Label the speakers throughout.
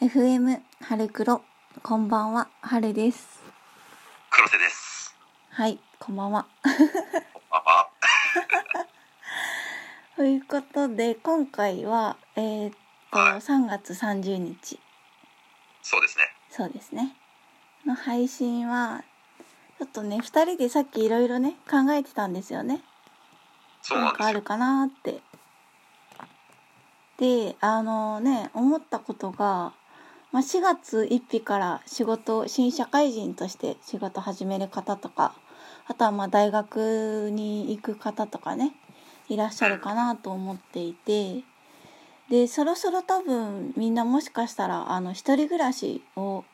Speaker 1: FM 春黒こんばんは春です
Speaker 2: 黒瀬です。
Speaker 1: はいこんばんは
Speaker 2: ああ、
Speaker 1: ということで今回はえーっと
Speaker 2: はい
Speaker 1: 3月30日
Speaker 2: そうですね。
Speaker 1: そうですねの配信はちょっとね2人でさっきいろいろね考えてたんですよね
Speaker 2: そう
Speaker 1: な
Speaker 2: なんんで
Speaker 1: か
Speaker 2: す
Speaker 1: あ
Speaker 2: よ
Speaker 1: る。かなってであのね思ったことが、まあ、4月1日から仕事新社会人として仕事始める方とかあとはまあ大学に行く方とかねいらっしゃるかなと思っていてでそろそろ多分みんなもしかしたらあの一人暮らしを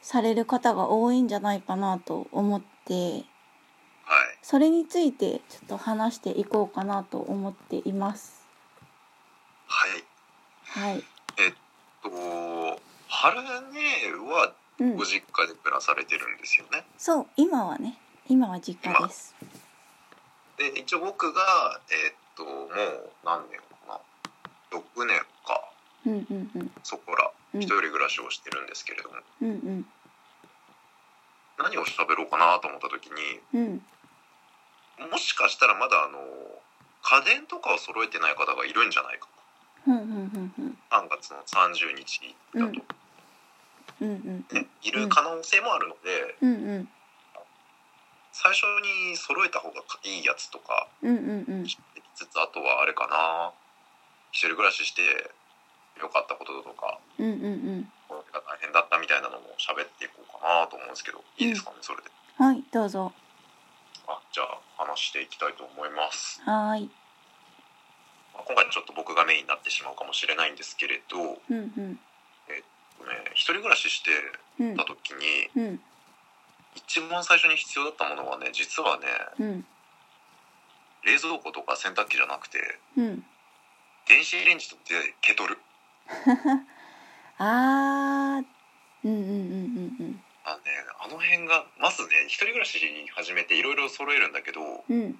Speaker 1: される方が多いんじゃないかなと思って
Speaker 2: はい。
Speaker 1: それについてちょっと話していこうかなと思っています。
Speaker 2: はい。
Speaker 1: はい。
Speaker 2: と、春姉は
Speaker 1: うん
Speaker 2: ご。実家で暮らされてるんですよね。
Speaker 1: そう、今はね、今は実家です。
Speaker 2: で、一応僕が、えっと、もう何年かな。6年か、
Speaker 1: うんうんうん
Speaker 2: そこら、
Speaker 1: うん
Speaker 2: 一人暮らしをしてるんですけれども、
Speaker 1: うん
Speaker 2: 何を喋ろうかなと思った時に、
Speaker 1: うんうん。
Speaker 2: もしかしたらまだあの、家電とかを揃えてない方がいるんじゃないか
Speaker 1: ふんふんふんふん。
Speaker 2: な。3月の30日だと、ね
Speaker 1: うんうん
Speaker 2: いる可能性もあるので、
Speaker 1: うんうん
Speaker 2: 最初に揃えた方がいいやつとか
Speaker 1: うんうんうん
Speaker 2: 知ってきつつあとはあれかな一人暮らしして良かったこととか
Speaker 1: うんうんうん。
Speaker 2: これが大変だったみたいなのも喋っていこうかなと思うんですけどいいですかねそれで
Speaker 1: はい、どうぞ。
Speaker 2: あじゃあ話していきたいと思います、
Speaker 1: はーい。
Speaker 2: まあ今回ちょっと僕がメインになってしまうかもしれないんですけれど、ね、
Speaker 1: うんうん
Speaker 2: 一人暮らしして
Speaker 1: うん
Speaker 2: た時に
Speaker 1: うん
Speaker 2: 一番最初に必要だったものはね実はね
Speaker 1: うん
Speaker 2: 冷蔵庫とか洗濯機じゃなくて
Speaker 1: うん。
Speaker 2: 電子レンジとケトル
Speaker 1: あー。うんうんうんうん
Speaker 2: あのね、あの辺がまずね一人暮らし始めていろいろ揃えるんだけど
Speaker 1: うんうん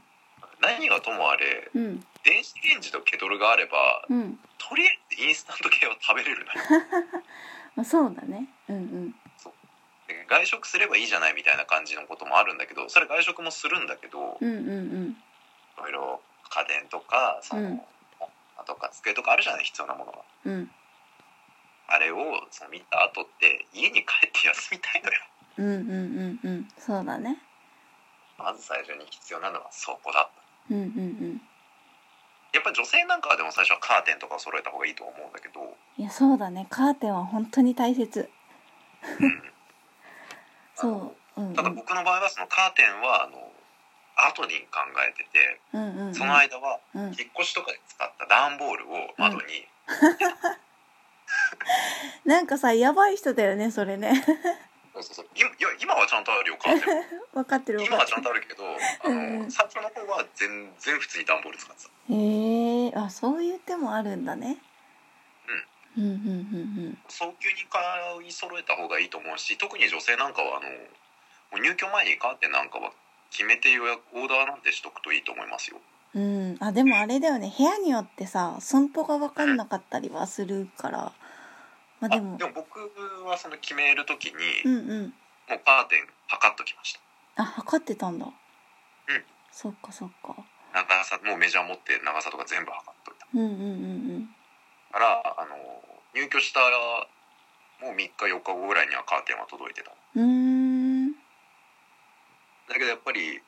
Speaker 2: 何がともあれ
Speaker 1: うん
Speaker 2: 電子レンジとケトルがあれば
Speaker 1: うん。
Speaker 2: とりあえずインスタント系は食べれるな
Speaker 1: まあそうだね。うん
Speaker 2: 外食すればいいじゃないみたいな感じのこともあるんだけどそれ外食もするんだけど
Speaker 1: うんうんうん
Speaker 2: いろいろ家電とかその、
Speaker 1: うん
Speaker 2: あとか机とかあるじゃない必要なものが
Speaker 1: うんうん
Speaker 2: あれをその見た後って家に帰って休みたいのよ
Speaker 1: うんうんうんうん。そうだね。
Speaker 2: まず最初に必要なのはそこだっ
Speaker 1: う
Speaker 2: た
Speaker 1: んうん
Speaker 2: やっぱり女性なんかはでも最初はカーテンとかを揃えた方がいいと思うんだけど
Speaker 1: うんいやそうだねカーテンは本当に大切
Speaker 2: うん
Speaker 1: そう、うんうん、
Speaker 2: ただ僕の場合はそのカーテンはあの後に考えてて
Speaker 1: うんうんうん
Speaker 2: その間は
Speaker 1: うん
Speaker 2: 引っ越しとかで使った段ボールを窓に、
Speaker 1: なんかさやばい人だよねそれね
Speaker 2: そうそうそう今いや今はちゃんとあるよカーテ ン
Speaker 1: わかってるわ
Speaker 2: 今
Speaker 1: か
Speaker 2: は
Speaker 1: っ
Speaker 2: ち
Speaker 1: て
Speaker 2: ゃんとあるけどあ
Speaker 1: うんうん
Speaker 2: の最初の方は全然普通に段ボール使ってた
Speaker 1: るへえー、あそういう手もあるんだねうんうんうん
Speaker 2: 早急に買い揃えた方がいいと思うし特に女性なんかはあのもう入居前にカーテンなんかは決めて予約オーダーなんてしとくといいと思いますよ
Speaker 1: うんうんあでもあれだよね部屋によってさ寸法が分かんなかったりはするからまあで
Speaker 2: あで
Speaker 1: も
Speaker 2: も僕はその決める時に
Speaker 1: うんうん
Speaker 2: もうカーテン測っときました
Speaker 1: あ測ってたんだうんそっかそっか
Speaker 2: 長さもうメジャー持って長さとか全部測っといた
Speaker 1: うんうんうん
Speaker 2: からあの入居したらもう3日4日後ぐらいにはカーテンは届いてた
Speaker 1: うんうーん
Speaker 2: だけどやっぱり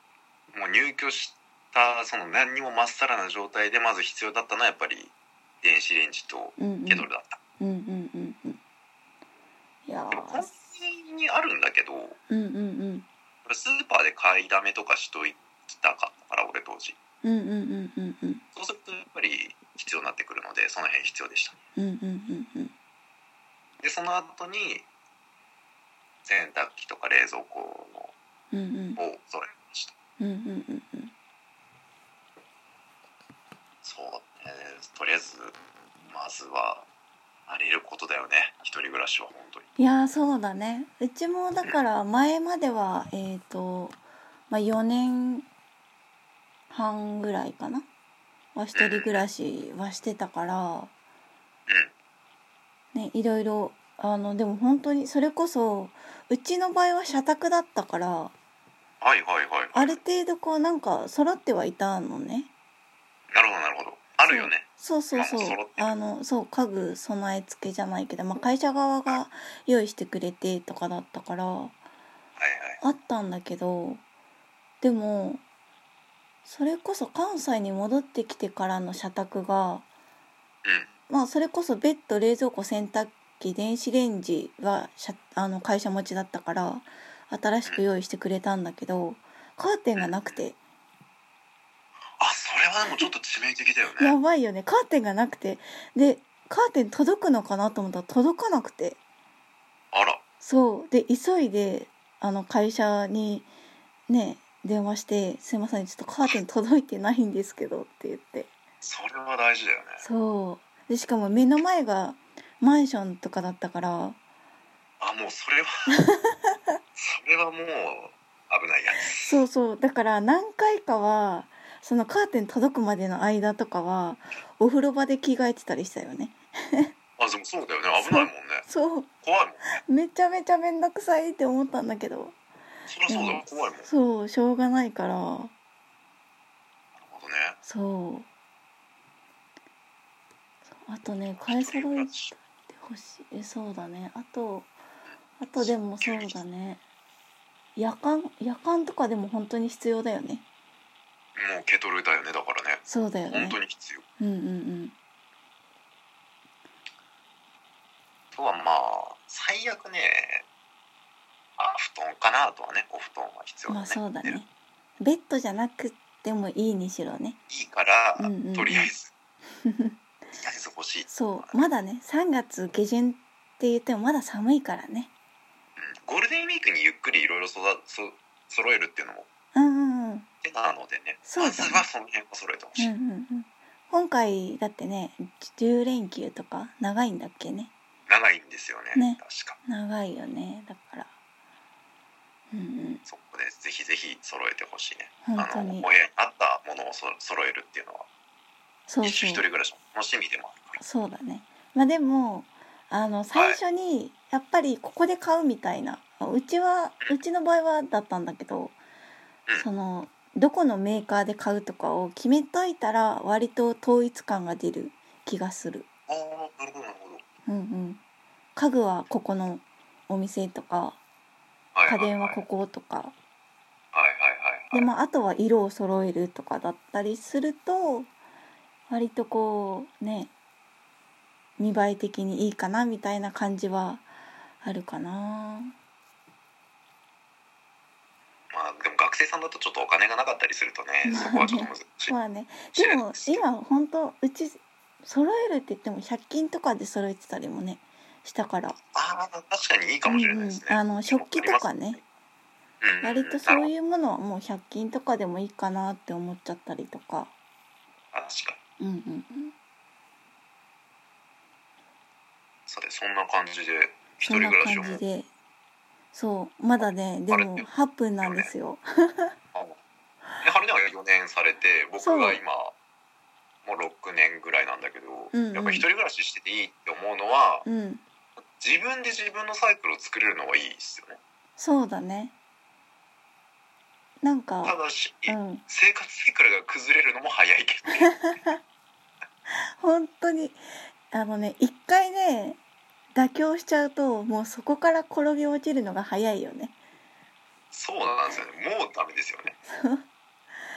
Speaker 2: もう入居したその何にもまっさらな状態でまず必要だったのはやっぱり電子レンジと
Speaker 1: うんうん
Speaker 2: ケトルだった、
Speaker 1: うんうんうんうんいや
Speaker 2: でもコン
Speaker 1: ー
Speaker 2: ビニにあるんだけどこ
Speaker 1: うんうんうん
Speaker 2: れスーパーで買いだめとかしといたかったから俺当時
Speaker 1: うんうんうんうんうん
Speaker 2: そうするとやっぱり必要になってくるのでその辺必要でした
Speaker 1: うんうんうんうん
Speaker 2: でその後に洗濯機とか冷蔵庫の
Speaker 1: うんうん
Speaker 2: を揃えました
Speaker 1: うんうんうんうん
Speaker 2: そうねとりあえずまずは慣れることだよね一人暮らしは本当に
Speaker 1: いやーそうだねうちもだから前まではえっ、と、まあ、4年半ぐらいかなは一人暮らしはしてたから、ね、いろいろあのでも本当にそれこそうちの場合は社宅だったから
Speaker 2: はいはいはい
Speaker 1: ある程度こうなんか揃ってはいたのね
Speaker 2: なるほどなるほどあるよね
Speaker 1: そうそうそう
Speaker 2: まあ揃ってる
Speaker 1: あのそう家具備え付けじゃないけど、まあ、会社側が用意してくれてとかだったから
Speaker 2: はいはい
Speaker 1: あったんだけどでもそれこそ関西に戻ってきてからの社宅が
Speaker 2: うん
Speaker 1: まあそれこそベッド冷蔵庫洗濯機電子レンジは社あの会社持ちだったから新しく用意してくれたんだけどカーテンがなくて
Speaker 2: あそれはでもちょっと致命的 だよ
Speaker 1: や
Speaker 2: ね
Speaker 1: ばいよねカーテンがなくてでカーテン届くのかなと思ったら届かなくて
Speaker 2: あら
Speaker 1: そうで急いであの会社にね電話して「すいませんちょっとカーテン届いてないんですけど」って言って
Speaker 2: それは大事だよね
Speaker 1: そうでしかも目の前がマンションとかだったから
Speaker 2: あもう それはそれはもう危ないやつ
Speaker 1: そうそうだから何回かはそのカーテン届くまでの間とかはお風呂場で着替えてたりしたよね
Speaker 2: あでもそうだよね危ないもんね
Speaker 1: そう
Speaker 2: 怖いもんね
Speaker 1: めちゃめちゃ面倒くさいって思ったんだけど
Speaker 2: そりゃそうだわ怖いもんなる
Speaker 1: そうしょうがないから
Speaker 2: ほどね
Speaker 1: そうあとね買い揃えてほしいそうだねあとあとでもそうだね夜間夜間とかでも本当に必要だよね
Speaker 2: もうケトルだよねだからね
Speaker 1: そうだよ
Speaker 2: 本
Speaker 1: ね
Speaker 2: 当に必要
Speaker 1: うんうんうん
Speaker 2: あとはまあ最悪ねあ布団かなとはねお布団は必要だね,、
Speaker 1: まあそうだねベッドじゃなくてもいいにしろね
Speaker 2: いいから、
Speaker 1: うんうんうん
Speaker 2: とりあえずとりあえず欲しい、
Speaker 1: そうまだね3月下旬って言ってもまだ寒いからね
Speaker 2: うんゴールデンウィークにゆっくりいろいろ育そ揃えるっていうのも
Speaker 1: うんうんうん
Speaker 2: 手なのでね
Speaker 1: そうだね
Speaker 2: まずはその辺を揃えてほ
Speaker 1: う
Speaker 2: しい、
Speaker 1: んうんうん今回だってね10連休とか長いんだっけね
Speaker 2: 長いんですよね
Speaker 1: ね
Speaker 2: 確か
Speaker 1: 長いよねだからうんうん
Speaker 2: そこでぜひぜひ揃えてほしいね
Speaker 1: 本
Speaker 2: あ
Speaker 1: 当
Speaker 2: のお部屋
Speaker 1: に
Speaker 2: に合ったものをそ揃えるっていうのは
Speaker 1: そう
Speaker 2: 一
Speaker 1: そ
Speaker 2: 種一人
Speaker 1: う
Speaker 2: 暮らしの楽しみでもあるから
Speaker 1: そうだねまあでもあの最初にやっぱりここで買うみたいなうちはうちの場合はだったんだけど
Speaker 2: うん
Speaker 1: そのどこのメーカーで買うとかを決めといたら割と統一感が出る気がする
Speaker 2: ああなるほどなるほど
Speaker 1: うんうん家具はここのお店とか
Speaker 2: はい
Speaker 1: 家
Speaker 2: はい
Speaker 1: 電
Speaker 2: は
Speaker 1: はいこことか
Speaker 2: はいはいはい
Speaker 1: でまああとは色を揃えるとかだったりすると割とこうね見栄え的にいいかなみたいな感じはあるかな
Speaker 2: まあでも学生さんだとちょっとお金がなかったりすると ねそこはちょっと難しい
Speaker 1: まあねでも今本当うち揃えるって言っても100均とかで揃えてたりもねしたから
Speaker 2: ああ確かにいいかもしれないですね、
Speaker 1: うんうんあの食器とかね
Speaker 2: うん
Speaker 1: 割とそう
Speaker 2: う
Speaker 1: いうものはもう100均とかでもいいかなって思っちゃったりとか
Speaker 2: んなるほど確かに
Speaker 1: うんうんうん
Speaker 2: さてそんな感じで一
Speaker 1: そんな
Speaker 2: 人暮らしを
Speaker 1: 感
Speaker 2: も
Speaker 1: じでそうまだねで
Speaker 2: あれ
Speaker 1: も8分なんですよ
Speaker 2: あので春菜が4年されて僕が今もう6年ぐらいなんだけど、
Speaker 1: うんうん
Speaker 2: やっぱ一人暮らししてていいって思うのは
Speaker 1: うん
Speaker 2: 自分で自分のサイクルを作れるのはいいですよね
Speaker 1: そうだねなん
Speaker 2: た
Speaker 1: か
Speaker 2: だし、
Speaker 1: うん
Speaker 2: 生活サイクルが崩れるのも早いけど
Speaker 1: 本当にあのね一回ね妥協しちゃうともうそこから転げ落ちるのが早いよね
Speaker 2: そうなんですよねもうダメですよね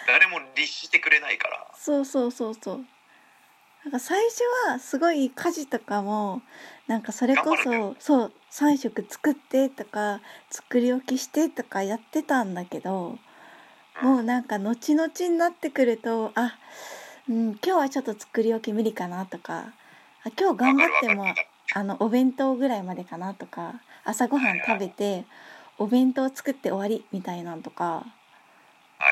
Speaker 2: 誰も律してくれないから
Speaker 1: そうそうそうそうなんか最初はすごい家事とかもなんかそれこ
Speaker 2: 頑張る
Speaker 1: そそう3食作ってとか作り置きしてとかやってたんだけど
Speaker 2: うん
Speaker 1: もうなんか後々になってくるとあうん今日はちょっと作り置き無理かなとかあ今日頑張っても
Speaker 2: わかる
Speaker 1: あのお弁当ぐらいまでかなとか朝ごはん食べてお弁当作って終わりみたいなんとか
Speaker 2: は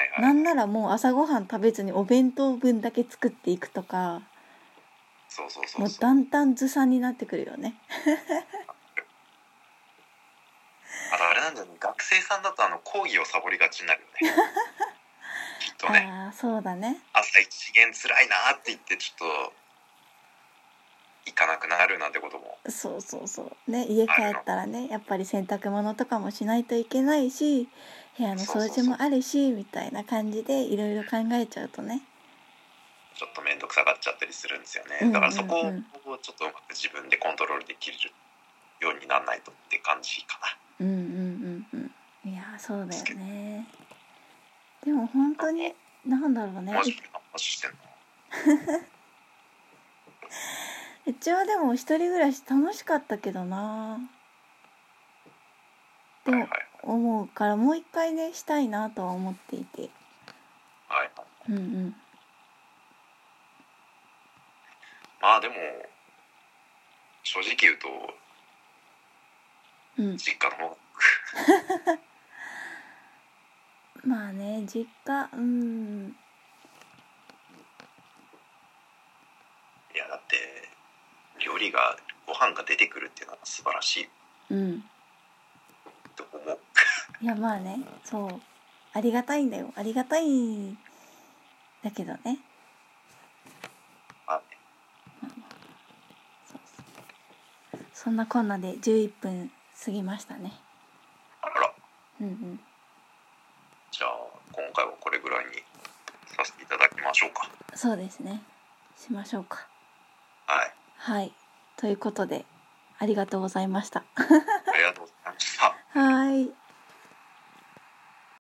Speaker 2: いはい
Speaker 1: なんならもう朝ごはん食べずにお弁当分だけ作っていくとか
Speaker 2: そうそうそ
Speaker 1: も
Speaker 2: う
Speaker 1: う
Speaker 2: そう
Speaker 1: だんだんずさんになってくるよね
Speaker 2: あとあれなんだよね学生さんだとあの講義をサボりがちになるよ ねきっとね
Speaker 1: ああそうだね
Speaker 2: 朝一元つらいなーって言ってちょっと行かなくなるなんてことも
Speaker 1: そうそうそうね家帰ったらねやっぱり洗濯物とかもしないといけないし部屋の掃除もあるしみたいな感じでいろいろ考えちゃうとね
Speaker 2: ちょっと面倒くさがっちゃったりするんですよ
Speaker 1: うんうんう
Speaker 2: ね
Speaker 1: ん
Speaker 2: だからそこをちょっとうまく自分でコントロールできるようにならないとって感じか
Speaker 1: うんうんうんうんいやーそうだよねでも本当になんだろうね
Speaker 2: なもしもししてんの
Speaker 1: うちはでも一人暮らし楽しかったけどなで
Speaker 2: はい
Speaker 1: も
Speaker 2: はい
Speaker 1: 思うからもう一回ねしたいなとは思っていて
Speaker 2: はいは
Speaker 1: う
Speaker 2: い
Speaker 1: んうん
Speaker 2: まあでも正直言うと
Speaker 1: うん
Speaker 2: 実家の方
Speaker 1: まあね実家うん
Speaker 2: いやだって料理がご飯が出てくるっていうのは素晴らしい
Speaker 1: うん
Speaker 2: と思う
Speaker 1: いやまあねそうありがたいんだよありがたいんだけどね
Speaker 2: あ
Speaker 1: そうそうそんなこんなで11分過ぎましたね
Speaker 2: あら
Speaker 1: うんうん
Speaker 2: じゃあ今回はこれぐらいにさせていただきましょうか
Speaker 1: そうですねしましょうか
Speaker 2: はい
Speaker 1: はいということでありがとうございました
Speaker 2: ありがとうございました
Speaker 1: はい